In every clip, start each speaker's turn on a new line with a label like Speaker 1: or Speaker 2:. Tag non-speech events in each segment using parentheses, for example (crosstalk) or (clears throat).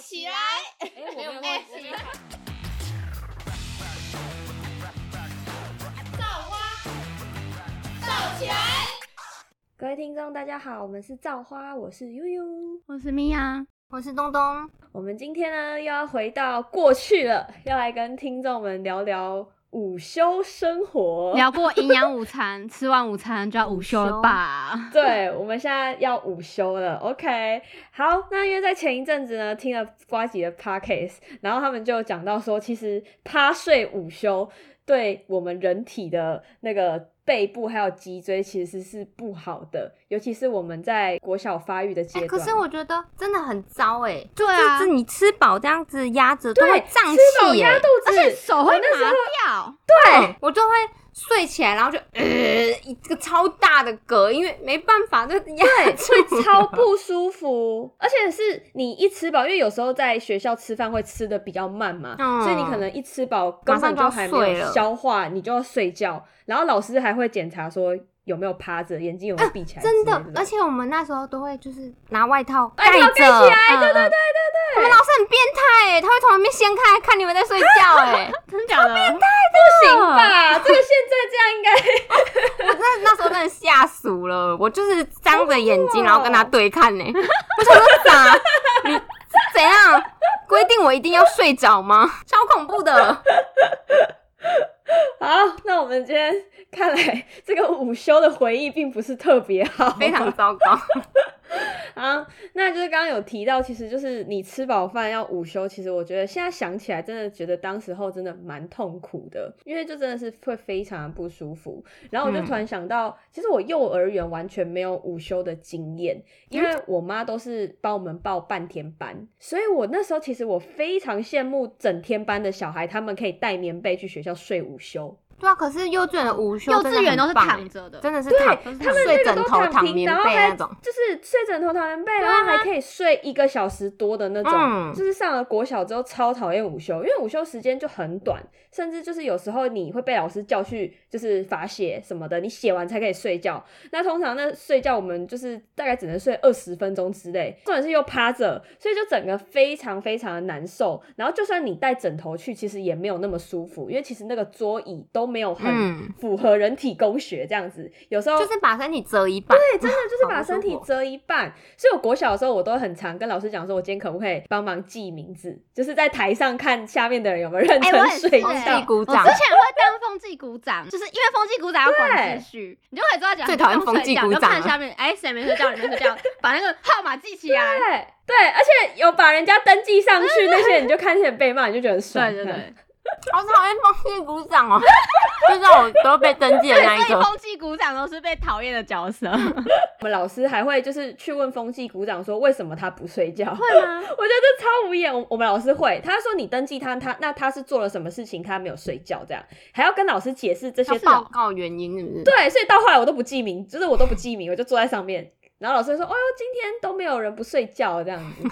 Speaker 1: 起来！
Speaker 2: 哎，我没有
Speaker 1: 哎
Speaker 2: 忘记。
Speaker 1: 造起来！
Speaker 3: 各位听众，大家好，我们是造花，我是悠悠。
Speaker 4: 我是米娅，
Speaker 1: 我是东东，
Speaker 3: 我们今天呢，又要回到过去了，要来跟听众们聊聊午休生活。
Speaker 4: (laughs) 聊过营养午餐，吃完午餐就要午休了吧？
Speaker 3: 对，我们现在要午休了，OK。好，那因为在前一阵子呢，听了瓜吉的 podcast，然后他们就讲到说，其实趴睡午休对我们人体的那个背部还有脊椎其实是不好的，尤其是我们在国小发育的阶
Speaker 1: 哎、可
Speaker 3: 段。
Speaker 1: 是我觉得真的很糟哎、
Speaker 4: 对啊
Speaker 1: 就是你吃饱这样子压着，都
Speaker 3: 对
Speaker 1: 会胀
Speaker 3: 吃饱
Speaker 1: 气
Speaker 3: 压
Speaker 1: 耶。
Speaker 3: 肚子，
Speaker 4: 手
Speaker 3: 我
Speaker 4: 会
Speaker 3: 那时
Speaker 4: 麻
Speaker 3: 候
Speaker 4: 掉，
Speaker 3: 对，
Speaker 1: 我就会睡起来，然后就呃一个超大的嗝，因为没办法，就压 (laughs)
Speaker 3: 会 (laughs) 超不舒服，而且是你一吃饱，因为有时候在学校吃饭会吃的比较慢嘛，
Speaker 1: 嗯
Speaker 3: 所以你可能一吃饱根本就还
Speaker 1: 马上
Speaker 3: 没
Speaker 1: 就要
Speaker 3: 有
Speaker 1: 睡了
Speaker 3: 消化，你就要睡觉，然后老师还会检查说有没有趴着，眼睛有没有闭起来、
Speaker 1: 真的，而。且我们那时候都会就是拿外套盖嗯
Speaker 3: 外
Speaker 1: 着，
Speaker 3: 套盖起来
Speaker 1: 对对对对对。我们老师很变态哎，他会从旁边掀开看你们在睡觉哎，
Speaker 4: 真的假的？
Speaker 3: 不行吧？这个现在这样应
Speaker 1: 我真的那时候真的吓死了，我就是张着眼睛然
Speaker 3: 好恐怖哦
Speaker 1: 后跟他对看呢，我想说咋你是怎样规定我一定要睡着吗？超恐怖的，
Speaker 3: 该好。那我们今天看来，这个午休的回忆并不是特别好，
Speaker 1: 非常糟糕。
Speaker 3: 啊，那就是刚刚有提到，其实就是你吃饱饭要午休，其实我觉得现在想起来，真的觉得当时候真的蛮痛苦的，因为就真的是会非常不舒服。然后我就突然想到，其实我幼儿园完全没有午休的经验，因为我妈都是帮我们报半天班，所以我那时候其实我非常羡慕整天班的小孩，他们可以带棉被去学校睡午休。
Speaker 1: 对啊，可是幼稚园的午休
Speaker 4: 幼
Speaker 1: 真
Speaker 4: 稚
Speaker 1: 的
Speaker 4: 园
Speaker 1: 很
Speaker 4: 都是
Speaker 1: 棒欸
Speaker 4: 躺着的，
Speaker 1: 真的是
Speaker 3: 对
Speaker 1: 躺，
Speaker 4: 他们
Speaker 1: 睡
Speaker 3: 那个
Speaker 1: 枕
Speaker 3: 都
Speaker 1: 头、
Speaker 3: 躺平，
Speaker 1: 棉
Speaker 3: 然后
Speaker 1: 被
Speaker 3: 还
Speaker 1: 那种。
Speaker 3: 就是睡枕头、躺棉被，然后还可以睡一个小时多的那种。
Speaker 1: 嗯
Speaker 3: 就是上了国小之后，超讨厌午休，因为午休时间就很短，甚至就是有时候你会被老师叫去就是罚写什么的，你写完才可以睡觉。那通常那睡觉我们就是大概只能睡二十分钟之类，重点是又趴着，所以就整个非常非常的难受。然后就算你带枕头去，其实也没有那么舒服，因为其实那个桌椅都没有很
Speaker 1: 嗯
Speaker 3: 符合人体工学这样子，有时候
Speaker 1: 就是把身体折一半。嗯
Speaker 3: 对，真
Speaker 4: (laughs)
Speaker 3: 的就是
Speaker 1: 好
Speaker 3: 把
Speaker 1: 不舒
Speaker 3: 身体
Speaker 1: 服
Speaker 3: 折一半。所以我国小的时候，我都很常跟老师讲说，我今天可不可以帮忙记名字，就是在台上看下面的人有没有认
Speaker 4: (laughs) 哎、
Speaker 3: 真
Speaker 4: 我 (laughs) 也是、
Speaker 3: 睡觉。
Speaker 4: 欸，
Speaker 1: 自己鼓掌
Speaker 4: 我之前会当风纪鼓掌，就是因为风纪鼓掌要
Speaker 3: 对
Speaker 4: 管秩序，你就会知道讲
Speaker 1: 最讨厌风纪鼓掌了
Speaker 4: 你就看下面，哎、谁没睡觉，你没睡觉，把那个号码记起来。
Speaker 3: 对对，而且有把人家登记上去那些，你就看见被骂，你就觉得很爽。
Speaker 4: 对对对，
Speaker 1: 好讨厌风纪鼓掌哦，就让我都被登记的
Speaker 4: (laughs)
Speaker 1: 那一
Speaker 4: 所以
Speaker 1: 个。
Speaker 4: 哎风纪鼓掌都是被讨厌的角 (laughs) 色，会
Speaker 3: 我们老师还会就是去问风纪鼓掌说为什么他不睡觉， (laughs) 我觉
Speaker 4: 吗？
Speaker 3: 得这超无言。我我们老师会，他说你登记他，他那他是做了什么事情，他没有睡觉，这样还要跟老师解释这些
Speaker 1: 要
Speaker 4: 哦
Speaker 3: 道
Speaker 1: 报告原因是不是？
Speaker 3: 对，所以到后来我都不记名，就是我都不记名，我就坐在上面。然后老师就说：“哦哟，今天都没有人不睡觉啊这样
Speaker 1: (laughs)
Speaker 3: 子。”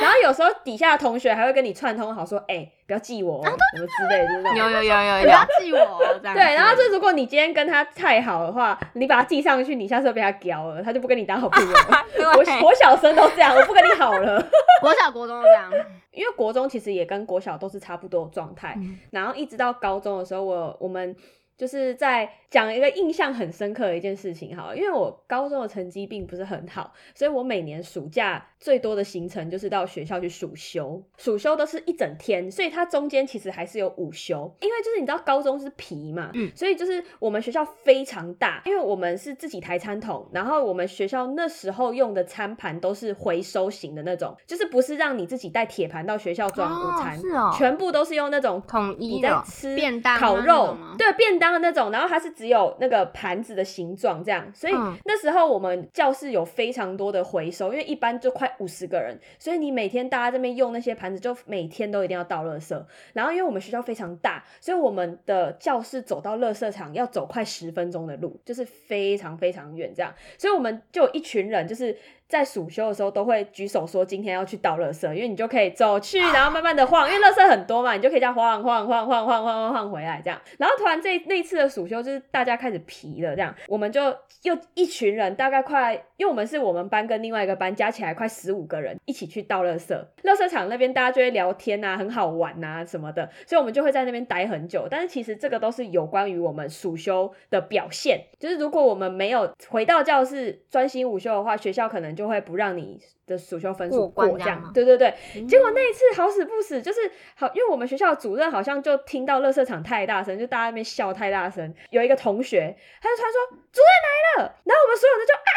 Speaker 3: 然后有时候底下的同学还会跟你串通好说：“哎、不要记我、哦，什么之类的。”
Speaker 4: 啊
Speaker 3: 这
Speaker 1: 啊有有有
Speaker 3: 种。
Speaker 1: 有
Speaker 4: 不
Speaker 1: 有
Speaker 4: 要，记我哦这样子。
Speaker 3: 对，然
Speaker 4: (laughs)
Speaker 3: 后就如果你今天跟他太好的话，你把他记上去，你下次被他屌了，他就不跟你当好朋友了。
Speaker 1: (laughs)
Speaker 3: 我
Speaker 1: 对，
Speaker 3: 我小生都这样，我不跟你好了。 (laughs)
Speaker 4: 国小国中都这样。
Speaker 1: 哦
Speaker 3: 因为国中其实也跟国小都是差不多的状态，
Speaker 1: 嗯
Speaker 3: 然后一直到高中的时候，我我们就是在讲一个印象很深刻的一件事情好了，因为我高中的成绩并不是很好，所以我每年暑假最多的行程就是到学校去暑修，暑修都是一整天，所以它中间其实还是有午休，因为就是你知道高中是皮嘛，
Speaker 1: 嗯
Speaker 3: 所以就是我们学校非常大，因为我们是自己抬餐桶，然后我们学校那时候用的餐盘都是回收型的那种，就是不是让你自己带铁盘到学校装午餐，
Speaker 1: 哦是哦
Speaker 3: 全部都是用那种
Speaker 1: 统一
Speaker 3: 你在
Speaker 1: 的。
Speaker 3: 吃
Speaker 4: 便当啊
Speaker 3: 烤
Speaker 4: 那
Speaker 3: 肉
Speaker 4: 种吗，
Speaker 3: 对便当的那种，然后它是只有那个盘子的形状这样，所以
Speaker 1: 嗯
Speaker 3: 那时候我们教室有非常多的回收，因为一般就快五十个人，所以你每天大家这边用那些盘子，就每天都一定要倒垃圾。然后因为我们学校非常大，所以我们的教室走到垃圾场要走快十分钟的路，就是非常非常远这样，所以我们就有一群人就是。在暑休的时候都会举手说今天要去倒垃圾，因为你就可以走去，然后慢慢的晃，因为垃圾很多嘛，你就可以这样晃晃晃晃晃晃晃晃回来这样。然后突然这那一次的暑休就是大家开始皮了这样，我们就又一群人大概快，因为我们是我们班跟另外一个班加起来快十五个人一起去倒垃圾，垃圾场那边大家就会聊天啊，很好玩啊什么的，所以我们就会在那边待很久。但是其实这个都是有关于我们暑休的表现，就是如果我们没有回到教室专心午休的话，学校可能就会不让你的暑休分数
Speaker 1: 过关
Speaker 3: 过这
Speaker 1: 这样吗
Speaker 3: 样。对对对，结
Speaker 1: 嗯
Speaker 3: 果那一次好死不死，就是好，因为我们学校的主任好像就听到垃圾场太大声，就大家在那边笑太大声。有一个同学，他就突然说主任来了，然后我们所有人就啊，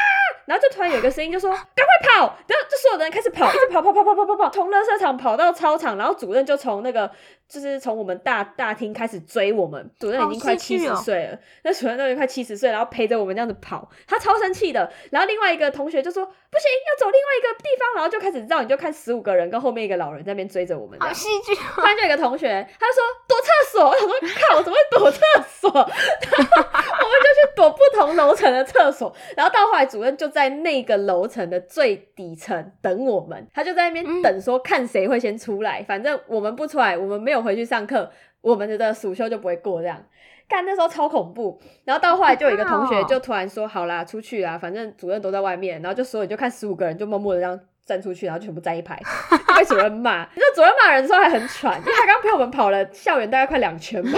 Speaker 3: 然后就突然有一个声音就说赶快跑，然后就所有的人开始跑，一直跑跑跑跑跑跑跑，从垃圾场跑到操场，然后主任就从那个就是从我们大大厅开始追我们，主任已经快
Speaker 1: 好戏
Speaker 3: 七
Speaker 1: 剧
Speaker 3: 十
Speaker 1: 哦
Speaker 3: 岁了，那主任都已经快七十岁，然后陪着我们这样子跑，他超生气的。然后另外一个同学就说不行，要走另外一个地方，然后就开始绕，你就看十五个人跟后面一个老人在那边追着我们这
Speaker 1: 好
Speaker 3: 样。
Speaker 1: 戏剧哦，
Speaker 3: 突然就有一个同学，他就说躲厕所，我想说靠，我怎么会躲厕所？然后我们就去躲不同楼层的厕所， (laughs) 然后到后来主任就在那个楼层的最底层等我们，他就在那
Speaker 1: 嗯
Speaker 3: 边等，说看谁会先出来，反正我们不出来，我们没有回去上课，我们的暑休就不会过这样。干那时候超恐怖，然后到后来就有一个同学
Speaker 1: 好可怕哦
Speaker 3: 就突然说：“好啦，出去啦，反正主任都在外面。”然后就所有就看十五个人就默默的这样站出去，然后全部站
Speaker 1: (laughs)
Speaker 3: 一排，就被主任骂。那主任骂人的时候还很喘，因为他刚陪我们跑了校园大概快两圈
Speaker 1: (laughs)
Speaker 3: 吧。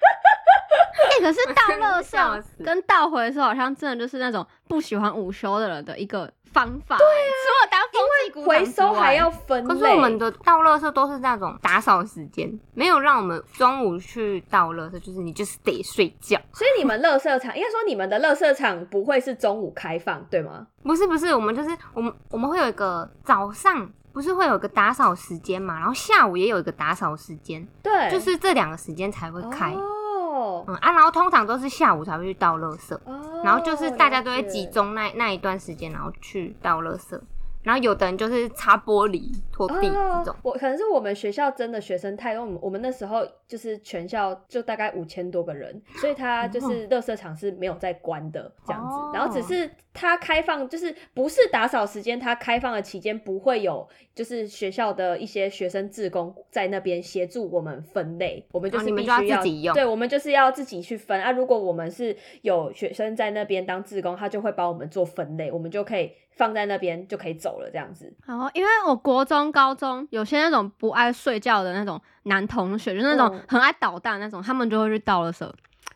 Speaker 4: 哎、可是倒
Speaker 1: 真的
Speaker 4: 垃
Speaker 1: 笑
Speaker 4: (laughs)
Speaker 1: 死
Speaker 4: 圾跟倒回的时候，好像真的就是那种不喜欢午休的人的一个方法、对啊，除了当风纪股
Speaker 3: 回收还要分类，
Speaker 1: (laughs) 可是我们的倒垃圾都是那种打扫时间，没有让我们中午去倒垃圾，就是你就是得睡觉。
Speaker 3: 所以你们垃圾场应该说你们的垃圾场不会是中午开放对吗？
Speaker 1: 不是不是，我们就是我们我们会有一个早上。不是会有一个打扫时间嘛，然后下午也有一个打扫时间，
Speaker 3: 对，
Speaker 1: 就是这两个时间才会开。
Speaker 3: 哦
Speaker 1: 嗯啊，然后通常都是下午才会去倒垃圾，
Speaker 3: 哦，
Speaker 1: 然后就是大家都会集
Speaker 3: 了解
Speaker 1: 中那那一段时间，然后去倒垃圾。然后有的人就是擦玻璃、拖地这种
Speaker 3: 哦。，我可能是我们学校真的学生太多，我们我们那时候就是全校就大概五千多个人，所以他就是垃圾场是没有在关的这样子，
Speaker 1: 哦
Speaker 3: 然后只是它开放，就是不是打扫时间，它开放的期间不会有就是学校的一些学生志工在那边协助我们分类，我们就
Speaker 1: 哦
Speaker 3: 是
Speaker 1: 你们
Speaker 3: 必须
Speaker 1: 就要自己用
Speaker 3: 对，我们就是要自己去分啊。如果我们是有学生在那边当志工，他就会帮我们做分类，我们就可以放在那边就可以走了这样子。
Speaker 4: 然后，哦因为我国中、高中有些那种不爱睡觉的那种男同学，就是那种
Speaker 3: 嗯
Speaker 4: 很爱捣蛋那种，他们就会去倒垃圾。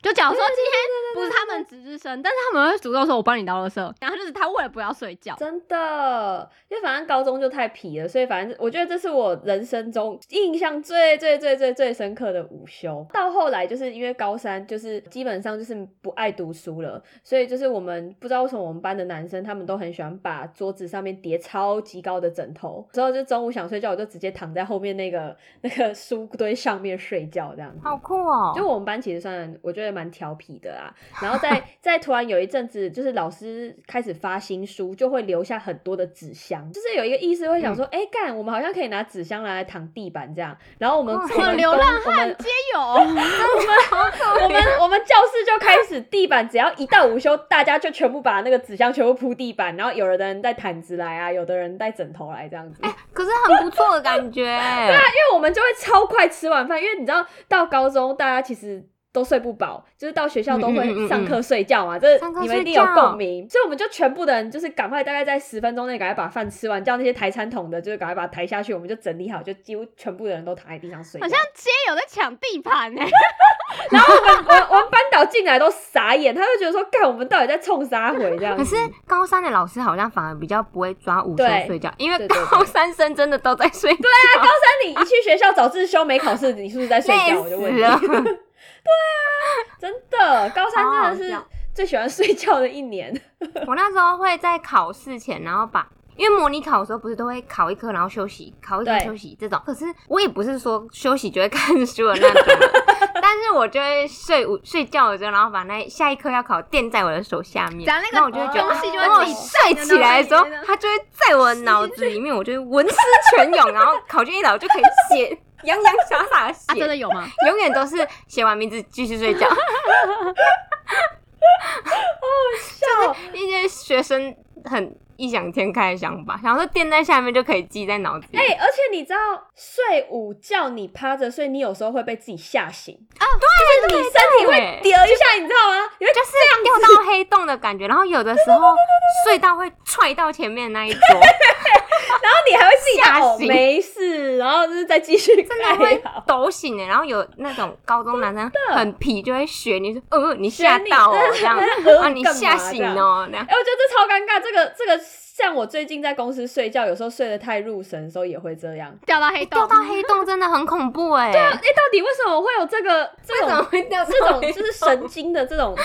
Speaker 4: 就假如说今天不是他们值日生，但是他们会主动说“我帮你倒垃圾”，然后就是他为了不要睡觉。
Speaker 3: 真的，因为反正高中就太皮了，所以反正我觉得这是我人生中印象最最最最最深刻的午休。到后来就是因为高三就是基本上就是不爱读书了，所以就是我们不知道为什么我们班的男生他们都很喜欢把桌子上面叠超级高的枕头，之后就中午想睡觉我就直接躺在后面那个那个书 (laughs) 堆上面睡觉这样子。
Speaker 1: 好酷哦！
Speaker 3: 就我们班其实算我觉得蛮调皮的啊，然后
Speaker 4: (laughs)
Speaker 3: 再再突然有一阵子，就是老师开始发新书，就会留下很多的纸箱，就是有一个意思会想
Speaker 4: 嗯
Speaker 3: 说，哎、干、我们好像可以拿纸箱拿来躺地板这样，然后我们
Speaker 1: 哇
Speaker 3: 我们
Speaker 4: 哦流浪
Speaker 3: 东我们
Speaker 4: 皆 (laughs) 有，
Speaker 3: 我们我们教室就开始地板，只要一到午休，大家就全部把那个纸箱全部铺地板，然后有的人带毯子来啊，有的人带枕头来这样子。
Speaker 1: 可是很不错的感
Speaker 3: (laughs)
Speaker 1: 觉。对
Speaker 3: 因为我们就会超快吃晚饭，因为你知道到高中大家其实。都睡不饱，就是到学校都
Speaker 1: 嗯嗯嗯
Speaker 3: 会
Speaker 1: 嗯
Speaker 3: 上课睡觉嘛，这
Speaker 1: 上课
Speaker 3: 你们一定
Speaker 1: 睡
Speaker 3: 有
Speaker 1: 觉
Speaker 3: 共鸣，所以我们就全部的人就是赶快，大概在十分钟内赶快把饭吃完，叫那些抬餐桶的，就是赶快把它抬下去，我们就整理好，就几乎全部的人都躺在地上睡觉。
Speaker 4: 好像皆有在抢地盘欸 (laughs) 呢、
Speaker 3: 然后我们我我们班导进来都傻眼，他就觉得说，干我们到底在冲啥回这样
Speaker 1: 可
Speaker 3: 子？
Speaker 1: 是高三的老师好像反而比较不会抓午休
Speaker 3: 嗯对
Speaker 1: 睡觉，因为
Speaker 3: 对对对啊
Speaker 1: 高三生真的都在睡觉，
Speaker 3: 那你一去学校早自修没考试，你是不是在睡觉？我就问你啊
Speaker 1: 累死，
Speaker 3: (laughs)
Speaker 1: 了。
Speaker 3: 真的，高三
Speaker 1: 好好
Speaker 3: 真的是
Speaker 1: 笑
Speaker 3: 最喜欢睡觉的一年。
Speaker 1: (laughs) 我那时候会在考试前，然后把。因为模拟考的时候不是都会考一科，然后休息，考一科
Speaker 3: 对
Speaker 1: 休息这种。可是我也不是说休息就会看书的
Speaker 3: (laughs)
Speaker 1: 那种人，但是我就会睡午睡觉的时候，然后把那下一科要考的垫在我的手下面，
Speaker 4: 咱那个
Speaker 1: 然后我就会觉得
Speaker 3: 东
Speaker 1: 啊
Speaker 3: 西就会
Speaker 1: 等我
Speaker 3: 自己
Speaker 1: 睡起来的时候，它就会在我脑子里面，我就会文思泉涌，然后考卷一来我就可以写 (laughs) 洋洋洒洒地
Speaker 4: 啊，
Speaker 1: 写
Speaker 4: 真的有吗？
Speaker 1: 永远都是写完名字继续睡觉。
Speaker 3: 笑，
Speaker 1: 一些学生很异想天开的想法，想说垫在下面就可以记在脑子里。
Speaker 3: (laughs) 哎、而且你知道睡午觉你趴着睡，你有时候会被自己吓醒，
Speaker 1: 对，
Speaker 3: 你身体会
Speaker 1: 对
Speaker 3: 跌一下，你知道吗？你会
Speaker 1: 就是掉到黑洞的感觉，然后有的时候隧道会踹到前面那一桌，
Speaker 3: 然后你还会自己打
Speaker 1: 吓
Speaker 3: 哦，
Speaker 1: 醒
Speaker 3: 没事，然后就是再继续
Speaker 1: 真
Speaker 3: 盖
Speaker 1: 的会
Speaker 3: 好。
Speaker 1: 抖醒欸的。然后有那种高中男生
Speaker 3: 真的
Speaker 1: 很皮，就会学你说，呃，你吓到哦，这
Speaker 3: (laughs)
Speaker 1: 样，
Speaker 3: 然
Speaker 1: 啊，你吓醒哦，这样
Speaker 3: 哎、。我觉得这超尴尬。这个这个，像我最近在公司睡觉，有时候睡得太入神的时候也会这样。
Speaker 4: (laughs) 掉到黑
Speaker 1: 掉
Speaker 4: 洞，
Speaker 1: 到黑洞真的很恐怖哎、
Speaker 3: 哎、到底为什么会有这个这
Speaker 1: 为什么
Speaker 3: 种
Speaker 1: 会掉到
Speaker 3: 这种
Speaker 1: 黑
Speaker 3: 就是神经的这种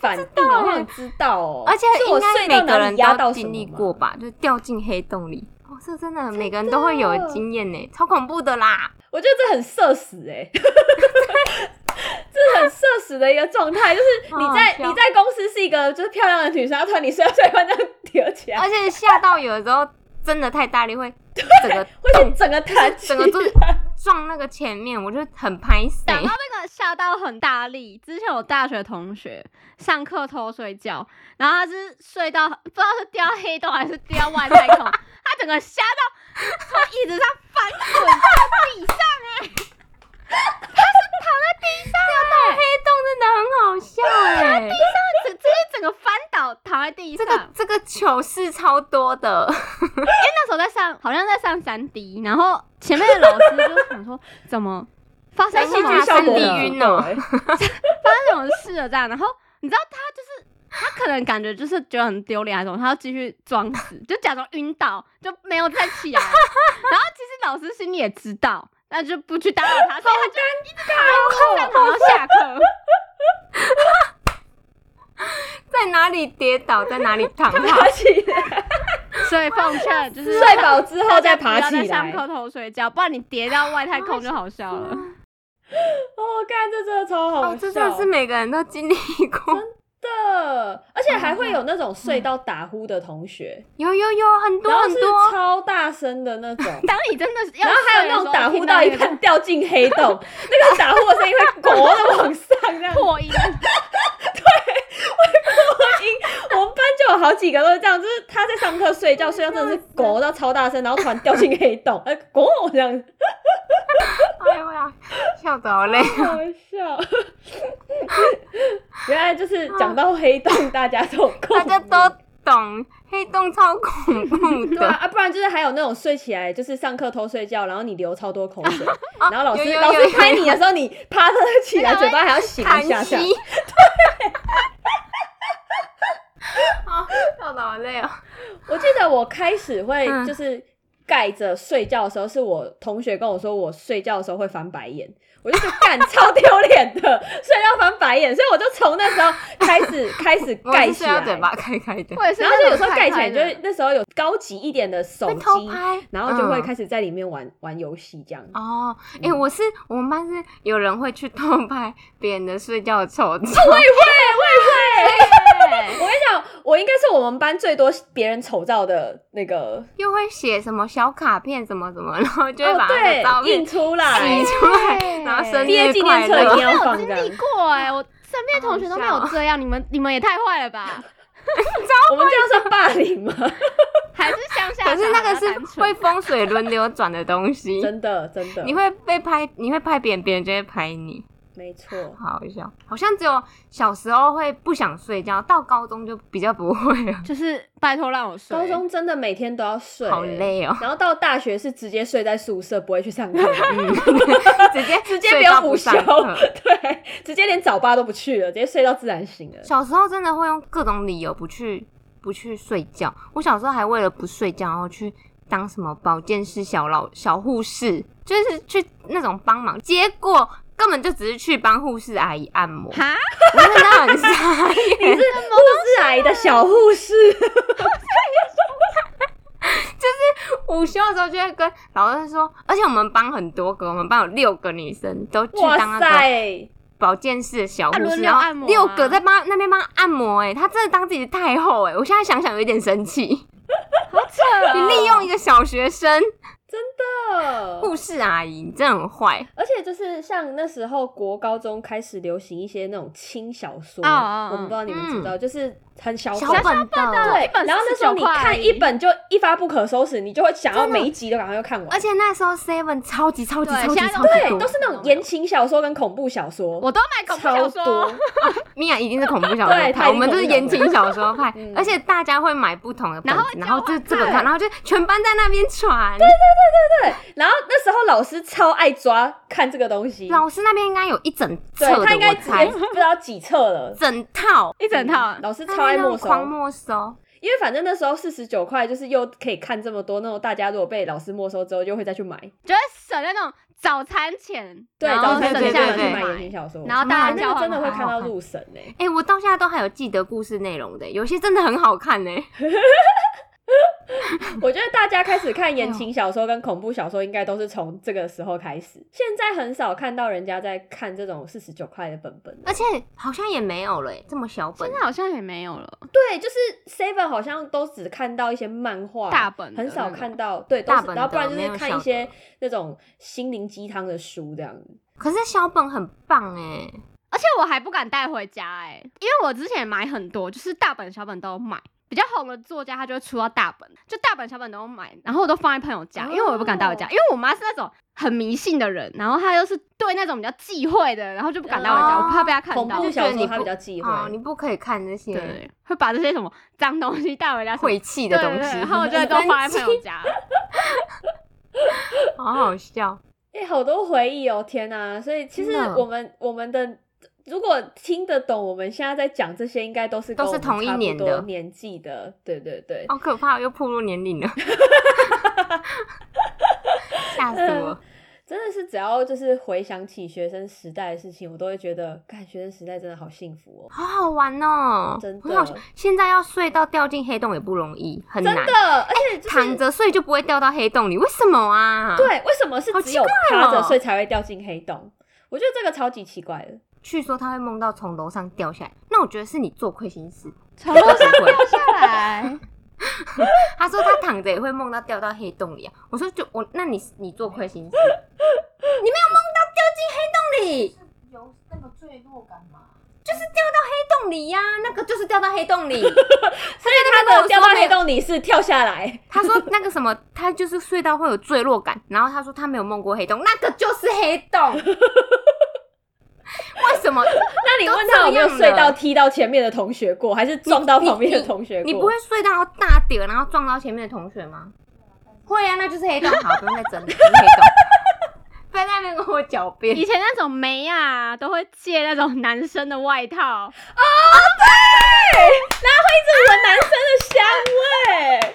Speaker 3: 反 (laughs) 应？我想知道哦。
Speaker 1: 而且
Speaker 3: 是我
Speaker 1: 应该
Speaker 3: 睡
Speaker 1: 每
Speaker 3: 到
Speaker 1: 个
Speaker 3: 哪
Speaker 1: 人
Speaker 3: 里压到
Speaker 1: 都
Speaker 3: 什
Speaker 1: 经
Speaker 3: 么
Speaker 1: 历
Speaker 3: 吗
Speaker 1: 过？吧，就掉进黑洞里。哦，这真的每个人都会有的经验呢，超恐怖的啦！
Speaker 3: 我觉得这很社死哎、 (laughs) 这很社死的一个状态，就是你在
Speaker 1: 好好笑
Speaker 3: 你在公司是一个就是漂亮的女生，然后突然你睡到睡到这样跌起来
Speaker 1: 而，且吓到有的时候真的太大力会整个
Speaker 3: 会去整个弹起
Speaker 1: 整个就是
Speaker 3: 啊
Speaker 1: 撞那个前面，我就很拍死。
Speaker 4: 讲到那个吓到很大力，之前我大学同学上课偷睡觉，然后他是睡到不知道是掉黑洞还是掉外太空，他整个吓到从椅子上翻滚到地上、哎，欸
Speaker 1: 黑洞真的很好笑
Speaker 3: 欸
Speaker 1: 哎、
Speaker 4: 他整直接整个翻倒躺在地
Speaker 1: 这
Speaker 4: 上。
Speaker 1: 个这个糗事超多的，
Speaker 4: 那时候在上，好像在上三 D，然后前面的老师就想说怎么发生
Speaker 1: 在
Speaker 3: 戏
Speaker 4: 什
Speaker 1: 戏
Speaker 4: 么
Speaker 1: 剧
Speaker 3: 剧效
Speaker 1: 效
Speaker 3: 果
Speaker 1: 果
Speaker 4: 事
Speaker 1: 地晕哦
Speaker 3: 哎
Speaker 4: 发生什么事了这样，然后你知道他就是他可能感觉就是觉得很丢脸还是什么，他要继续装死，就假装晕倒，就没有再 (laughs) 起来。然后其实老师心里也知道，那就不去打扰他，所以他就一直躺在床上下课，
Speaker 1: 在哪里跌倒，在哪里躺好
Speaker 3: 爬。起来，
Speaker 4: 所以奉劝就是
Speaker 3: 睡饱之后再爬
Speaker 4: 大家不要
Speaker 3: 起
Speaker 4: 在
Speaker 3: 来
Speaker 4: 上。课偷睡觉，不然你跌到外太空就好笑了。
Speaker 3: 哦，干，这真的超好
Speaker 1: 哦，
Speaker 3: 笑，
Speaker 1: 这真的是每个人都经历过，
Speaker 3: 的，而且还会有那种睡到打呼的同学，
Speaker 1: 有有有很
Speaker 3: 然
Speaker 1: 嗯多
Speaker 3: 后
Speaker 1: 很
Speaker 3: 是
Speaker 1: 多，
Speaker 3: 超大声的那种。
Speaker 4: (laughs) 当你真的是要
Speaker 3: 然后还有那种打呼到一
Speaker 4: 睡的时候
Speaker 3: 半掉进黑洞，那个打呼的声音会 (laughs) 国的往上这样
Speaker 4: 听到那个破音，
Speaker 3: 我们班就有好几个都是这样，就是他在上课睡觉，睡觉真的是狗到超大声，然后突然掉进黑洞， (laughs) 呃，狗这样，
Speaker 1: 哎呦呀，笑得
Speaker 3: (laughs)
Speaker 1: 好累。
Speaker 3: 好笑。原来就是讲到黑洞，大家都有
Speaker 1: 大
Speaker 3: 共鸣
Speaker 1: 家都懂，黑洞超恐怖
Speaker 3: (laughs) 对啊，
Speaker 1: 的。
Speaker 3: 啊不然就是还有那种睡起来，就是上课偷睡觉，然后你流超多口
Speaker 1: (laughs)
Speaker 3: 水，
Speaker 1: 啊
Speaker 3: 然后老师
Speaker 1: 有有
Speaker 3: 老
Speaker 1: 有有
Speaker 3: 师拍你的时候，你趴着起来，
Speaker 1: 那个
Speaker 3: 嘴巴还要醒
Speaker 1: 弹
Speaker 3: 一下下。 (laughs)
Speaker 1: 息， (laughs) 啊，笑得好累哦。
Speaker 3: 我记得我开始会
Speaker 1: 嗯
Speaker 3: 就是盖着睡觉的时候，是我同学跟我说我睡觉的时候会翻白眼，我就觉得干超丢脸的，睡觉翻白眼，所以我就从那时候开始开始
Speaker 1: 我
Speaker 3: 盖
Speaker 1: 是
Speaker 3: 起
Speaker 1: 睡到
Speaker 3: 来，
Speaker 1: 嘴巴开开的，
Speaker 4: 我也是
Speaker 3: 然后就有时候盖
Speaker 4: 开
Speaker 3: 起来，
Speaker 4: 开
Speaker 3: 就
Speaker 4: 的
Speaker 3: 会那时候有高级一点的手
Speaker 1: 会
Speaker 3: 机
Speaker 1: 偷，拍，
Speaker 3: 然后就会
Speaker 1: 嗯
Speaker 3: 开始在里面玩、玩游戏这样。
Speaker 1: 哦，哎、
Speaker 3: 嗯
Speaker 1: 我是我们班是有人会去偷拍别人的睡觉丑
Speaker 3: 哦
Speaker 1: 照，
Speaker 3: 我跟你讲，哎我应该是我们班最多别人丑照的那个，
Speaker 1: (laughs) 又会写什么小卡片什么什么，然后就会
Speaker 3: 哦
Speaker 1: 把他的照
Speaker 3: 对，
Speaker 1: 片
Speaker 3: 印出来
Speaker 1: 洗，出来，然后生
Speaker 3: 毕业
Speaker 1: 日
Speaker 3: 纪
Speaker 1: 快
Speaker 3: 念册一定
Speaker 1: 乐。
Speaker 3: 要
Speaker 4: 我
Speaker 3: 放
Speaker 1: (laughs)
Speaker 4: 经
Speaker 3: 这样
Speaker 4: 历。过哎、我身边同学都没有这样，你们你们也太坏了吧？
Speaker 3: 我们这样算霸凌吗？
Speaker 4: 还是乡下小孩
Speaker 1: 可
Speaker 4: 比较
Speaker 1: 是那个
Speaker 4: 单纯？
Speaker 1: 是会风水轮流转的东西，
Speaker 3: (laughs) 真的真的，
Speaker 1: 你会被拍，你会拍别人，别人就会拍你。
Speaker 3: 没错。
Speaker 1: 好笑，好像只有小时候会不想睡觉，到高中就比较不会了，
Speaker 4: 就是拜托让我睡。
Speaker 3: 高中真的每天都要睡，
Speaker 1: 好。累哦、
Speaker 3: 然后到大学是直接睡在宿舍，不会去上课，
Speaker 1: 嗯直接
Speaker 3: (laughs)
Speaker 1: (laughs)
Speaker 3: 直
Speaker 1: 直
Speaker 3: 接不用午休，
Speaker 1: 上课。
Speaker 3: 对，直接连早八都不去了，直接睡到自然醒
Speaker 1: (laughs)
Speaker 3: 了。
Speaker 1: 小时候 (laughs) 真的会用各种理由不去不去睡觉，我小时候还为了不睡觉，然后去当什么保健室小老小护士，就是去那种帮忙，结果根本就只是去帮护士阿姨按摩，
Speaker 4: 哈，
Speaker 1: 我真的很傻
Speaker 3: 你是护
Speaker 1: 眼。
Speaker 3: 士癌的小护
Speaker 1: (laughs)
Speaker 3: 士，
Speaker 1: 午休的时候就会跟老师说，而且我们班很多个，我们班有六个女生都去当
Speaker 3: 哇
Speaker 1: 那个
Speaker 3: 塞！
Speaker 1: 保健室的小护
Speaker 4: 啊轮
Speaker 1: 士，
Speaker 4: 流
Speaker 1: 然
Speaker 4: 按
Speaker 1: 后
Speaker 4: 摩吗
Speaker 1: 六个在帮那边帮她按摩、欸，哎，他真的当自己的太后、欸，哎，我现在想想有一点生气，
Speaker 3: 啊
Speaker 4: 好扯、
Speaker 1: 你利用一个小学生，
Speaker 3: 的
Speaker 1: 护士阿姨，你真的很坏。
Speaker 3: 哦而且就是像那时候国高中开始流行一些那种轻小说，
Speaker 4: 哦哦哦
Speaker 3: 我们不知道你们知不知道，就是很小
Speaker 1: 嗯小
Speaker 3: 本
Speaker 1: 本的，
Speaker 3: 对
Speaker 4: 一，本
Speaker 3: 然后那时候
Speaker 4: 49
Speaker 3: 你
Speaker 4: 块而
Speaker 3: 看
Speaker 4: 已
Speaker 3: 一本就一发不可收拾，你就会想要每一集都赶快就看完。
Speaker 1: 而且那时候 Seven 超级超级
Speaker 4: 对
Speaker 1: 超级
Speaker 4: 现在
Speaker 1: 超
Speaker 4: 都
Speaker 1: 级
Speaker 3: 对，
Speaker 1: 多
Speaker 3: 都是那种言情小说跟恐怖小说，
Speaker 4: 我都买恐怖
Speaker 3: 超
Speaker 4: 小说
Speaker 3: 多。。嗯
Speaker 1: 米娅一定是恐怖小说
Speaker 3: 对她
Speaker 1: 派，
Speaker 3: 一定
Speaker 1: 我们就是言情小说派
Speaker 3: 恐怖小说嗯，
Speaker 1: 而且大家会买不同的本
Speaker 4: 然后
Speaker 1: 子，然后
Speaker 4: 交
Speaker 1: 就
Speaker 4: 换
Speaker 1: 这个
Speaker 4: 看
Speaker 1: 看，然后就全班在那边传。
Speaker 3: 然后那时候老师超爱抓看这个东西，
Speaker 1: 老师那边应该有一整册
Speaker 3: 对
Speaker 1: 的，
Speaker 3: 他应该
Speaker 1: 我猜
Speaker 3: 也不知道几册
Speaker 1: (laughs)
Speaker 3: 了。嗯
Speaker 1: 整套，
Speaker 4: 一整套，
Speaker 3: 老师
Speaker 1: 他
Speaker 3: 超爱
Speaker 1: 那种
Speaker 3: 没收，
Speaker 1: 狂没收，
Speaker 3: 因为反正那时候四十九块，就是又可以看这么多那种，大家如果被老师没收之后，就会再去买。
Speaker 4: 就会省那种早餐钱，
Speaker 3: 对，
Speaker 4: 然
Speaker 3: 早
Speaker 4: 后
Speaker 3: 餐
Speaker 4: 省
Speaker 3: 钱
Speaker 4: 下
Speaker 3: 就
Speaker 4: 来
Speaker 3: 能去
Speaker 1: 对
Speaker 3: 买
Speaker 1: 对
Speaker 3: 言情小说，
Speaker 4: 然后大家
Speaker 3: 那
Speaker 4: 交
Speaker 3: 个
Speaker 4: 换
Speaker 3: 真的会
Speaker 1: 好
Speaker 3: 看到
Speaker 1: 看
Speaker 3: 入神哎、
Speaker 1: 哎、我到现在都还有记得故事内容的、有些真的很好看呢、 (laughs)
Speaker 3: 我觉得大家开始看言情小说跟恐怖小说，应该都是从这个时候开始。现在很少看到人家在看这种四十九块的本本啊了。
Speaker 1: 而且好像也没有了、欸，这么小本
Speaker 4: 现在，好像也没有了。
Speaker 3: 对，就是 Seven 好像都只看到一些漫画
Speaker 4: 大本的
Speaker 3: 很少
Speaker 4: 那种
Speaker 3: 看到对，都
Speaker 1: 大
Speaker 3: 是
Speaker 1: 本
Speaker 3: 然后不然
Speaker 1: 的
Speaker 3: 就
Speaker 1: 没
Speaker 3: 是
Speaker 1: 有
Speaker 3: 看
Speaker 1: 小
Speaker 3: 一些
Speaker 1: 的
Speaker 3: 那种心灵鸡汤的书这样子。
Speaker 1: 可是小本很棒哎、
Speaker 4: 而且我还不敢带回家哎、因为我之前买很多，就是大本小本都有买。比较红的作家，他就会出到大本，就大本小本都有买，然后我都放在朋友家，因为我也不敢带回家，
Speaker 3: 哦
Speaker 4: 因为我妈是那种很迷信的人，然后她又是对那种比较忌讳的，然后就不敢带回家，
Speaker 1: 哦
Speaker 4: 我怕被她看
Speaker 3: 恐
Speaker 4: 到
Speaker 3: 怖。
Speaker 1: 就
Speaker 3: 小
Speaker 1: 觉得
Speaker 3: 说
Speaker 1: 你
Speaker 3: 它
Speaker 1: 不
Speaker 3: 比较忌讳，
Speaker 1: 哦，你不可以看这些
Speaker 4: 对，会把这些什么脏东西带回家什么，
Speaker 1: 晦气的东西，
Speaker 4: 对对对
Speaker 1: (laughs)
Speaker 4: 然后我就会都放在朋友家。
Speaker 1: (laughs) 好好笑。
Speaker 3: 哎、好多回忆哦，天哪、所以其实
Speaker 1: 真的
Speaker 3: 我们我们的如果听得懂我们现在在讲这些，应该都是跟
Speaker 1: 都是
Speaker 3: 我们
Speaker 1: 同一
Speaker 3: 差不
Speaker 1: 年
Speaker 3: 多
Speaker 1: 的哦
Speaker 3: 年纪的，对对对。
Speaker 1: 好可怕，又暴露年龄了， (laughs) 吓死我！
Speaker 3: 真的是只要就是回想起学生时代的事情，我都会觉得，看学生时代真的好幸福哦，
Speaker 1: 好好玩哦，
Speaker 3: 真
Speaker 1: 很好
Speaker 3: 的。
Speaker 1: 现在要睡到掉进黑洞也不容易，很
Speaker 3: 真
Speaker 1: 难。
Speaker 3: 的，而且就是、
Speaker 1: 躺着睡就不会掉到黑洞里，为什么啊？，
Speaker 3: 对，为什么是
Speaker 1: 好
Speaker 3: 只
Speaker 1: 奇
Speaker 3: 有
Speaker 1: 怪
Speaker 3: 趴着
Speaker 1: 哦
Speaker 3: 睡才会掉进黑洞？我觉得这个超级奇怪的。
Speaker 1: 据说他会梦到从楼上掉下来，那我觉得是你做亏心事。
Speaker 4: 从楼上掉下来，
Speaker 1: 他说他躺着也会梦到掉到黑洞里啊。我说就我，那你你做亏心事，你没有梦到掉进黑洞里，
Speaker 2: 有那个坠落感吗？
Speaker 1: 黑洞里呀、那个就是掉到黑洞 (laughs) 里。
Speaker 3: 所以他的掉到黑洞里是跳下来，
Speaker 1: 他说那个什么，他就是睡到会有坠落感，然后他说他没有梦过黑洞，那个就是黑洞。
Speaker 3: (laughs)
Speaker 1: 为什么？
Speaker 3: 那你
Speaker 1: (laughs) 都
Speaker 3: 问他有没有
Speaker 1: 这样
Speaker 3: 睡
Speaker 1: 了
Speaker 3: 到踢到前面的同学过，还是撞到旁边的同学过？
Speaker 1: 你不会睡到大跌，然后撞到前面的同学吗？会啊，那就是黑洞。好，不用再整理，就是黑洞。不要在那边跟我狡辩
Speaker 4: (laughs)
Speaker 1: 哎
Speaker 4: 以。前那种梅啊，都会借那种男生的外套，
Speaker 3: 闻男生的香味。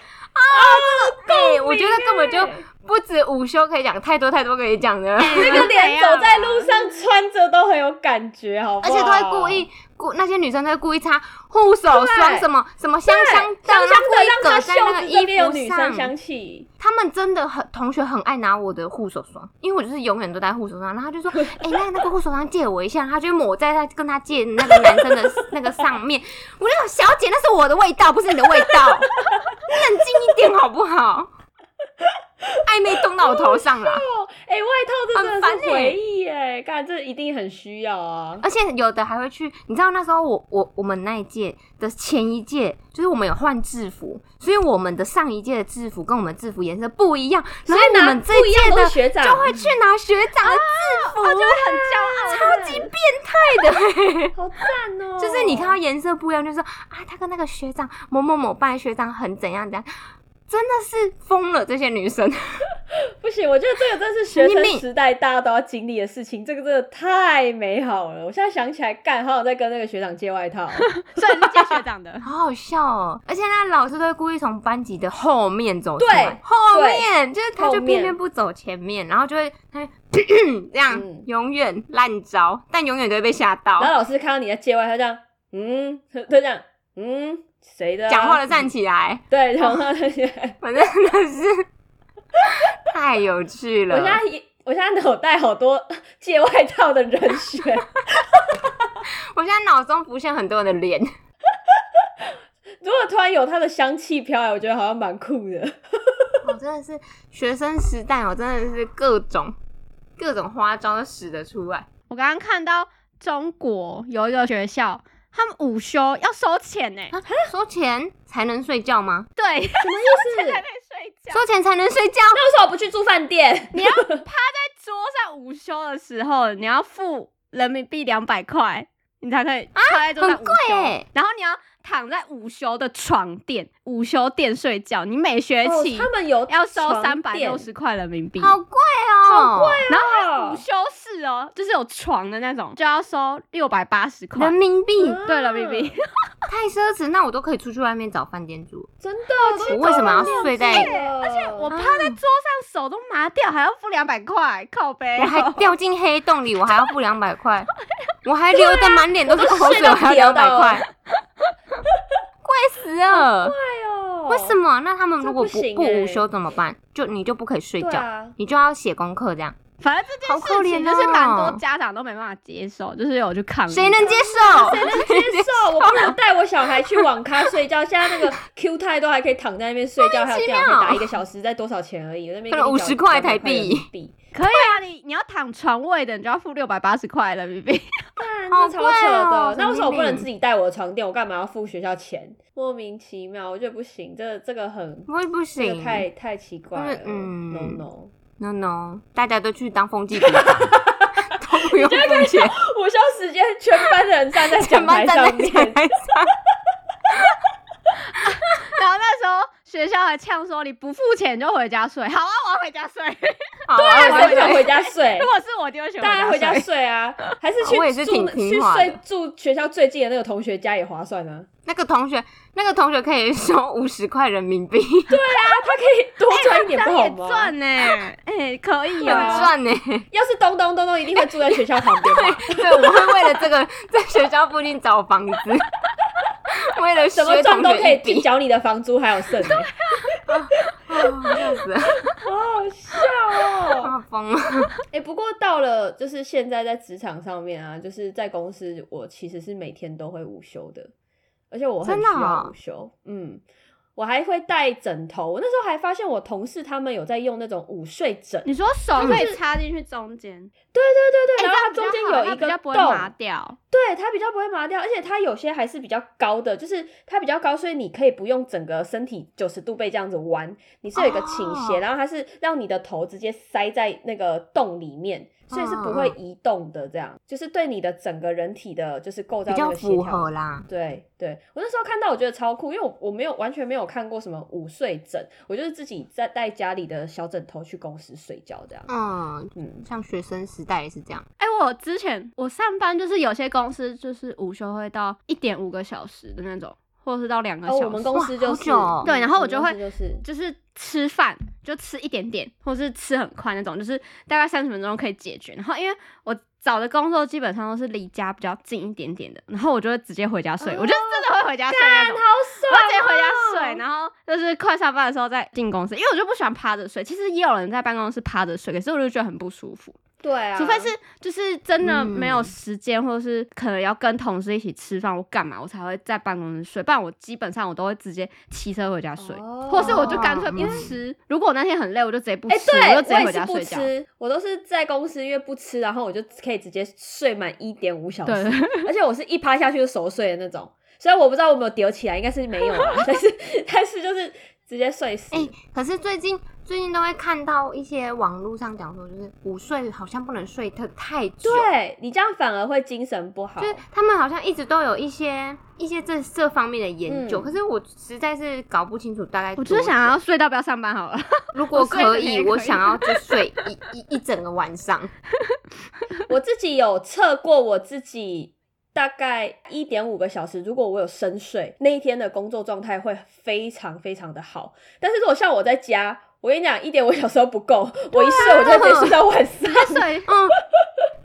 Speaker 1: 对、我觉得根本
Speaker 3: 欸
Speaker 1: 就不止午休可以讲，太多太多可以讲的，而
Speaker 3: 那个
Speaker 4: 啊
Speaker 3: 连走在路上穿着都很有感觉，好不好？
Speaker 1: 且都会故意故那些女生都会故意擦护手霜
Speaker 3: 哦对
Speaker 1: 什么什么香
Speaker 3: 对
Speaker 1: 香的，
Speaker 3: 香
Speaker 1: 然
Speaker 3: 香
Speaker 1: 后
Speaker 3: 的，让
Speaker 1: 故意
Speaker 3: 他
Speaker 1: 搁在那
Speaker 3: 袖
Speaker 1: 个
Speaker 3: 子这边有
Speaker 1: 衣
Speaker 3: 女
Speaker 1: 服
Speaker 3: 生
Speaker 1: 上
Speaker 3: 香。气。
Speaker 1: 他们真的很同学很爱拿我的护手霜，因为我就是永远都带护手霜，然后他
Speaker 3: (laughs)
Speaker 1: 就说：“哎、那那个护手霜借我一下。”他就抹在他跟他借那个男生的 (laughs) 那个上面。我就想，小姐，那是我的味道，不是你的味道， (laughs) 冷静一点好不好？ (laughs) 暧昧动到我头上
Speaker 3: (laughs)
Speaker 1: 了。
Speaker 3: 哦，哎、外套这真的
Speaker 1: 很烦
Speaker 3: 是
Speaker 1: 欸
Speaker 3: 回忆哎，干、这一定很需要啊。
Speaker 1: 而且有的还会去，你知道那时候我我我们那一届的前一届，就是我们有换制服，所以我们的上一届的制服跟我们制服颜色不一样，然后
Speaker 3: 拿
Speaker 1: 我们这
Speaker 3: 不一样
Speaker 1: 届
Speaker 3: 都
Speaker 1: 的
Speaker 3: 是学长
Speaker 1: 就会去拿学长的制服，就会
Speaker 4: 很骄傲，超级
Speaker 3: 好赞哦、
Speaker 1: (laughs) 就是你看到颜色不一样，就说啊，他跟那个学长某某某班学长很怎样怎样，真的是疯了这些女 (laughs) 生。
Speaker 3: 不行，我觉得这个真是学
Speaker 1: 你
Speaker 3: 生
Speaker 1: 你。
Speaker 3: 时代大家都要经历的事情，这个真的太美好了。我现在想起来，干，好想再跟那个学长借外套哦。
Speaker 4: 所以是借学长的
Speaker 1: 好好笑哦！而且那老师都会故意从班级的后面走出来
Speaker 3: 对，
Speaker 1: 后面就是他
Speaker 3: 后
Speaker 1: 就
Speaker 3: 面
Speaker 1: 偏偏不走前面，然后就会他就 (clears throat) 这样、
Speaker 3: 嗯
Speaker 1: 永远烂招，但永远都会被吓 (laughs) 到
Speaker 3: 然。后老师看到你在借外套，这样，嗯，他这样，嗯，谁的啊、
Speaker 1: 讲话了站起来，
Speaker 3: 对，讲话的起来。
Speaker 1: 反正真的是 (laughs) 太有趣
Speaker 3: 我
Speaker 1: 了
Speaker 3: 现在。也，我现在脑袋好多借外套的人选， (laughs)
Speaker 1: 我现在脑中浮现很多人的 (laughs) 脸，
Speaker 3: 如果突然有它的香气飘来，我觉得好像蛮酷的。
Speaker 1: 好哦真的是学生时代哦，真的是各种各种花招都使得出来。
Speaker 3: 啊
Speaker 4: 我刚刚看到中国有一个学校，他们午休要收钱呢、
Speaker 1: 啊收钱才能睡觉吗？
Speaker 4: 对，
Speaker 3: 什么意思？
Speaker 4: 才可以睡
Speaker 3: 啊
Speaker 4: 觉。
Speaker 1: 收钱才能睡觉？
Speaker 3: 那为什么不去住饭店？
Speaker 4: 你要趴在桌上午休的时候，你要付人民币两百块，你才可以趴在桌上午
Speaker 1: 很贵
Speaker 4: 休。
Speaker 3: 啊
Speaker 1: 欸
Speaker 4: 然后你要躺在午休的床垫、午休垫睡觉。你每学
Speaker 3: 哦
Speaker 4: 期
Speaker 3: 他们有
Speaker 4: 要收
Speaker 3: 床
Speaker 4: 三百
Speaker 3: 垫
Speaker 4: 六十块人民币。
Speaker 1: 好贵哦，
Speaker 3: 好贵
Speaker 4: 然后
Speaker 3: 哦
Speaker 4: 午休室哦，就是有床的那种，就要收六百八十块
Speaker 1: 人。民币
Speaker 3: 嗯
Speaker 4: 对人民啊币，
Speaker 1: 太奢侈，那我都可以出去外面找饭店住。
Speaker 3: 真的，
Speaker 1: 我为什么要睡在
Speaker 3: 而且
Speaker 4: 我趴在桌上手都麻掉，还要付两百块，靠背
Speaker 1: 我。
Speaker 4: (laughs)
Speaker 1: 还掉进黑洞里，我还要付两百块，我还流的满脸都是口水，
Speaker 3: 啊我
Speaker 1: 我
Speaker 3: 都睡到
Speaker 1: 还要两百
Speaker 3: 掉了 (laughs)
Speaker 1: 块，贵死了！为什
Speaker 3: 么
Speaker 1: 么？那他们
Speaker 3: 这
Speaker 1: 如果
Speaker 3: 不
Speaker 1: 不
Speaker 3: 行
Speaker 1: 不
Speaker 3: 欸
Speaker 1: 午休怎么办？就你就不可以睡
Speaker 3: 对
Speaker 1: 觉，
Speaker 3: 啊？
Speaker 1: 你就要写功课这样，
Speaker 4: 反正这件
Speaker 1: 好可
Speaker 4: 事情
Speaker 1: 怜哦
Speaker 4: 就是蛮多家长都没办法接受，就是有去抗议。
Speaker 1: 谁能接受？
Speaker 3: 嗯谁能啊接
Speaker 1: (laughs)
Speaker 3: 受？我不能带我小孩去网咖睡觉。现在那个 Q 太都还可以躺在那边睡觉，还有电脑可以打一个小时，再多少钱而已。我那边
Speaker 1: 可能
Speaker 3: 跟你讲
Speaker 1: 50块
Speaker 3: 200
Speaker 1: 台币
Speaker 3: 人民币，
Speaker 4: 可以啊，你你要躺床位的，你就要付六百八十块人民币。
Speaker 3: 干
Speaker 1: 好
Speaker 3: 这超扯
Speaker 1: 贵哦
Speaker 3: 的。那为什么我
Speaker 1: 神经病
Speaker 3: 不能自己带我的床垫？我干嘛要付学校钱？莫名其妙，我觉得不行，这这个很
Speaker 1: 我也不
Speaker 3: 这个
Speaker 1: 行
Speaker 3: 太太奇怪了。
Speaker 1: 嗯
Speaker 3: no no。
Speaker 1: ，no no，大家都去当风纪股长，都不用付钱，
Speaker 3: 午休时间，全班人站在
Speaker 1: 全
Speaker 3: 讲台
Speaker 1: 班站
Speaker 3: 上
Speaker 1: 在
Speaker 3: 面， (laughs)
Speaker 1: 讲台上。
Speaker 4: 然后那时候学校还呛说你不付钱就回家睡。好啊，我要回家睡。
Speaker 1: 好啊
Speaker 3: 大
Speaker 1: 我
Speaker 3: 家
Speaker 1: 也
Speaker 3: 不想回家睡
Speaker 4: 如？果是我，就会选
Speaker 3: 大家回家
Speaker 4: 睡。
Speaker 3: 睡 (laughs) 啊，还是去
Speaker 1: 我也是挺
Speaker 3: 住
Speaker 1: 听
Speaker 3: 去
Speaker 1: 话的
Speaker 3: 睡住学校最近的那个同学家也划算啊。
Speaker 1: 那个同学，那个同学可以收五十块人民币，
Speaker 3: 啊，他可以多赚一
Speaker 4: 这
Speaker 3: 点 (laughs) 不
Speaker 4: 样
Speaker 3: 好
Speaker 4: 也
Speaker 3: 吗？
Speaker 4: 赚呢，哎，可以
Speaker 1: 很
Speaker 3: 啊
Speaker 4: 哦。
Speaker 1: 赚呢。
Speaker 3: 要是东东东东一定会住在学校旁边 (laughs) 吧？
Speaker 1: 对，我会为了这个 (laughs) 在学校附近找房子， (laughs) 为了
Speaker 3: 怎么
Speaker 1: 学
Speaker 3: 赚
Speaker 1: 同
Speaker 3: 都可
Speaker 1: 学一
Speaker 3: 以去
Speaker 1: 笔，
Speaker 3: 缴你的房租还有剩、欸，
Speaker 1: 哦这样子
Speaker 3: (laughs) 好好笑哦、
Speaker 1: 啊，疯了。
Speaker 3: 哎、不过到了就是现在在职场上面啊，就是在公司，我其实是每天都会午休的，而且我很
Speaker 1: 真
Speaker 3: 需
Speaker 1: 的
Speaker 3: 要
Speaker 1: 哦
Speaker 3: 午休。嗯，我还会带枕头，我那时候还发现我同事他们有在用那种午睡枕，
Speaker 4: 你说手可以插进去中间，
Speaker 3: 对对对，
Speaker 4: 哎
Speaker 3: 然后它
Speaker 4: 这
Speaker 3: 中
Speaker 4: 样
Speaker 3: 间
Speaker 4: 比较好
Speaker 3: 有一
Speaker 4: 它比
Speaker 3: 个
Speaker 4: 较不
Speaker 3: 洞，
Speaker 4: 会麻掉。
Speaker 3: 对它比较不会麻掉，而且它有些还是比较高的，就是它比较高，所以你可以不用整个身体九十度被这样子弯，你是有一个倾斜，
Speaker 1: 哦
Speaker 3: 然后它是让你的头直接塞在那个洞里面，所以是不会
Speaker 1: 嗯
Speaker 3: 移动的。这样、就是对你的整个人体的，就是构造
Speaker 1: 比
Speaker 3: 那
Speaker 1: 较
Speaker 3: 个协
Speaker 1: 符
Speaker 3: 调
Speaker 1: 合啦。
Speaker 3: 对对，我那时候看到我觉得超酷，因为我我没有完全没有看过什么午睡枕，我就是自己在带家里的小枕头去公司睡觉这样。
Speaker 1: 嗯，
Speaker 3: 嗯，
Speaker 1: 像学生时代也是这样，
Speaker 4: 哎、我之前我上班就是有些公司就是午休会到一点五个小时的那种，或者是到两个
Speaker 3: 哦，我
Speaker 4: 小
Speaker 3: 们
Speaker 4: 时，
Speaker 3: 公司
Speaker 1: 哇
Speaker 3: 就
Speaker 1: 好
Speaker 3: 是、嗯
Speaker 1: 久哦
Speaker 4: 对然后我
Speaker 3: 们
Speaker 4: 就
Speaker 3: 公
Speaker 4: 会
Speaker 3: 司就是
Speaker 4: 就是吃饭就吃一点点，或是吃很快那种，就是大概三十分钟可以解决。然后因为我找的工作基本上都是离家比较近一点点的，然后我就会直接回家睡，我就真的会回家睡那
Speaker 3: 干
Speaker 4: 种
Speaker 3: 好。
Speaker 4: 我
Speaker 3: 爽、哦
Speaker 4: 直接回家睡，然后就是快上班的时候再进公司，因为我就不喜欢趴着睡。其实也有人在办公室趴着睡，可是我就觉得很不舒服。
Speaker 3: 对啊，
Speaker 4: 除非是就是真的
Speaker 1: 嗯
Speaker 4: 没有时间，或者是可能要跟同事一起吃饭，我干嘛我才会在办公室睡，不然我基本上我都会直接骑车回家睡，
Speaker 3: 哦嗯
Speaker 4: 或是我就干脆不吃。如果我那天很累，我就直接不
Speaker 3: 哎、
Speaker 4: 吃，
Speaker 3: 对，
Speaker 4: 我就直接
Speaker 3: 也
Speaker 4: 回
Speaker 3: 是
Speaker 4: 家
Speaker 3: 不
Speaker 4: 睡觉。
Speaker 3: 吃，我都是在公司因为不吃，然后我就可以直接睡满一点五小时
Speaker 4: 对，
Speaker 3: 而且我是一趴下去就熟睡的那种。虽然我不知道我有没有叠起来，应该是没有啦， (laughs) 但是但是就是直接睡死。
Speaker 1: 哎、可是最近最近都会看到一些网络上讲说，就是午睡好像不能睡特太久，
Speaker 3: 对你这样反而会精神不好
Speaker 1: 就。是他们好像一直都有一些一些这这方面的研究，
Speaker 3: 嗯
Speaker 1: 可是我实在是搞不清楚大概
Speaker 4: (laughs) 我
Speaker 1: 多久。
Speaker 4: 就是想要睡到不要上班好
Speaker 3: (laughs)
Speaker 4: 了，
Speaker 1: 如果
Speaker 4: 我睡
Speaker 1: 可
Speaker 4: 得也
Speaker 1: 以，
Speaker 4: 可以
Speaker 1: 我想要就睡一一一整个晚
Speaker 4: (laughs)
Speaker 1: 上。
Speaker 3: 我自己有测过我自己。大概一点五个小时，如果我有深睡，那一天的工作状态会非常非常的好。但是如果像我在家，我跟你讲，一点五小时都不够，我一睡我就直接睡到晚上。
Speaker 4: 睡
Speaker 1: 嗯，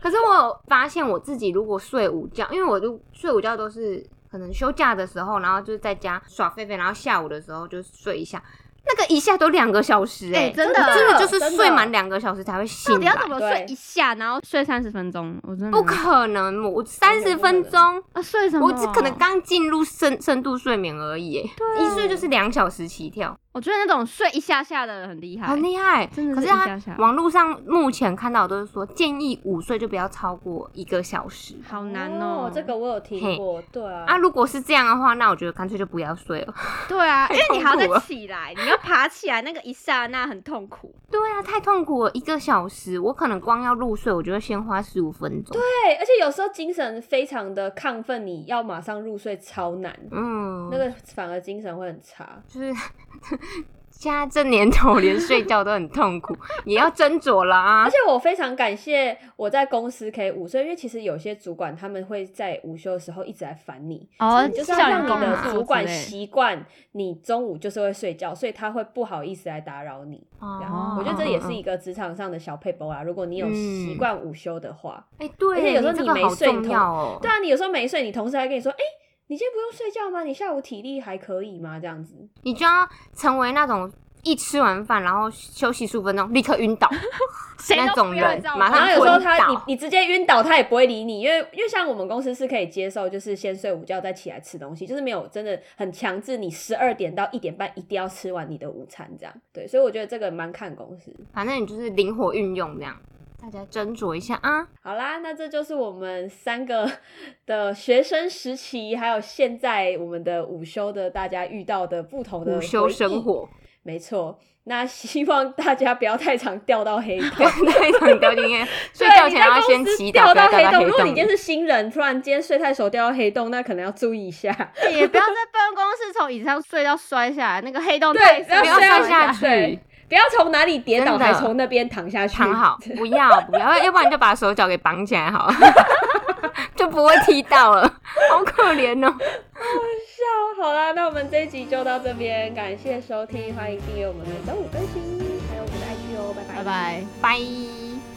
Speaker 1: 可是我有发现我自己如果睡午觉，因为我就睡午觉都是可能休假的时候，然后就是在家耍狒狒，然后下午的时候就睡一下，那个一下都两个小时哎、
Speaker 4: 哎 (laughs) 真的
Speaker 1: 真的就是
Speaker 3: 真的
Speaker 1: 睡满两个小时才会醒
Speaker 4: 到底要
Speaker 1: 来
Speaker 4: 怎，么
Speaker 3: 对
Speaker 4: 睡一下，然后睡三十分钟？我真的
Speaker 1: 不可能，我三十分钟。
Speaker 4: 啊，睡什么？
Speaker 1: 啊我只可能刚进入深深度睡眠而已、哎一睡就是两小时起跳，
Speaker 4: 我觉得那种睡一下下的人很厉害，
Speaker 1: 很厉害。
Speaker 4: 真的
Speaker 1: 可
Speaker 4: 是
Speaker 1: 是
Speaker 4: 一下
Speaker 1: 他
Speaker 4: 下
Speaker 1: 网络上目前看到的都是说，建议午睡就不要超过一个小时。
Speaker 4: 好难
Speaker 3: 哦
Speaker 4: 哦。
Speaker 3: 这个我有
Speaker 1: 嘿
Speaker 3: 听过，对啊，
Speaker 1: 啊，如果是这样的话，那我觉得干脆就不要睡了。
Speaker 4: 对啊，因为你还要
Speaker 1: 痛苦了
Speaker 4: 再起来，你要爬起来，那个一刹那很痛苦。
Speaker 1: 对啊，太痛苦了，一个小时，我可能光要入睡，我就会先花十五分钟。对，
Speaker 3: 对，而且有时候精神非常的亢奋，你要马上入睡超难，
Speaker 1: 嗯，
Speaker 3: 那个反而精神会很差。
Speaker 1: 就是 (laughs) 现在这年头连睡觉都很痛苦， (laughs) 也要斟酌啊啦
Speaker 3: 而。且我非常感谢我在公司可以午睡，因为其实有些主管他们会在午休的时候一直来烦你，
Speaker 1: 嗯
Speaker 4: 哦
Speaker 3: 你就是要
Speaker 4: 叫
Speaker 3: 让
Speaker 4: 你
Speaker 3: 你
Speaker 4: 工
Speaker 3: 的
Speaker 1: 啊
Speaker 4: 作
Speaker 3: 主管
Speaker 4: 之类
Speaker 3: 习惯你中午就是会睡觉，所以他会不好意思来打扰你。这样
Speaker 1: 哦嗯
Speaker 3: 我觉得这也是一个职场上的小配包啦。啊如果你有习惯午休的话，
Speaker 1: 哎、对，
Speaker 3: 而且有时候
Speaker 1: 你这
Speaker 3: 你
Speaker 1: 个
Speaker 3: 没
Speaker 1: 好
Speaker 3: 睡
Speaker 1: 重
Speaker 3: 头
Speaker 1: 要哦。
Speaker 3: 对啊，你有时候没睡，你同事还跟你说，哎、你今天不用睡觉吗？你下午体力还可以吗？这样子，
Speaker 1: 你就要成为那种一吃完饭然后休息十五分钟立刻晕倒
Speaker 4: 谁
Speaker 1: 那
Speaker 4: 都
Speaker 1: 种
Speaker 4: 不要
Speaker 1: 人
Speaker 4: 你知道，吗
Speaker 1: 马
Speaker 3: 然
Speaker 1: 上
Speaker 3: 后有时候
Speaker 1: 昏
Speaker 3: 他你
Speaker 1: 倒。
Speaker 3: 你直接晕倒，他也不会理你，因为因为像我们公司是可以接受，就是先睡午觉再起来吃东西，就是没有真的很强制你十二点到一点半一定要吃完你的午餐这样。对，所以我觉得这个蛮看公司。
Speaker 1: 反正你就是灵活运用这样，大家斟酌一下啊。
Speaker 3: 好啦，那这就是我们三个 (laughs) 的学生时期，还有现在我们的午休的大家遇到的不同的
Speaker 1: 午休
Speaker 3: 回忆
Speaker 1: 生。
Speaker 3: (laughs)
Speaker 1: 活，
Speaker 3: 没错，那希望大家不要太常掉到
Speaker 1: (laughs)
Speaker 3: 黑洞。
Speaker 1: 那一种掉进去，睡
Speaker 3: 对
Speaker 1: 觉
Speaker 3: 你
Speaker 1: 前
Speaker 3: 在
Speaker 1: 要
Speaker 3: 公
Speaker 1: 先
Speaker 3: 司
Speaker 1: 祈祷，
Speaker 3: 掉
Speaker 1: 不要
Speaker 3: 到
Speaker 1: 掉到
Speaker 3: 洞。
Speaker 1: 黑
Speaker 3: 如果
Speaker 1: 洞
Speaker 3: 你今天
Speaker 1: 里。
Speaker 3: 是新人，突然间睡太熟掉到黑洞，那可能要注意
Speaker 1: (laughs)
Speaker 3: 一下。
Speaker 4: (laughs) 也不要在办公室从椅子上睡到摔下来，那个黑洞
Speaker 3: 对，
Speaker 4: 太
Speaker 3: 不要
Speaker 1: 不要
Speaker 3: 摔
Speaker 1: 摔下
Speaker 3: 对
Speaker 1: 去，
Speaker 3: 不要从哪里跌倒，
Speaker 1: 真的
Speaker 3: 还从那边躺下去。
Speaker 1: 躺好，不要不要，要不然就把手脚给绑起来好了， (laughs) 就不会踢到了， (laughs) 好可怜哦。
Speaker 3: 笑。好啦，那我们这一集就到这边，感谢收听，欢迎订阅我们的周五更新，还有我们的 IG 哦，拜拜
Speaker 4: 拜拜。
Speaker 1: 拜。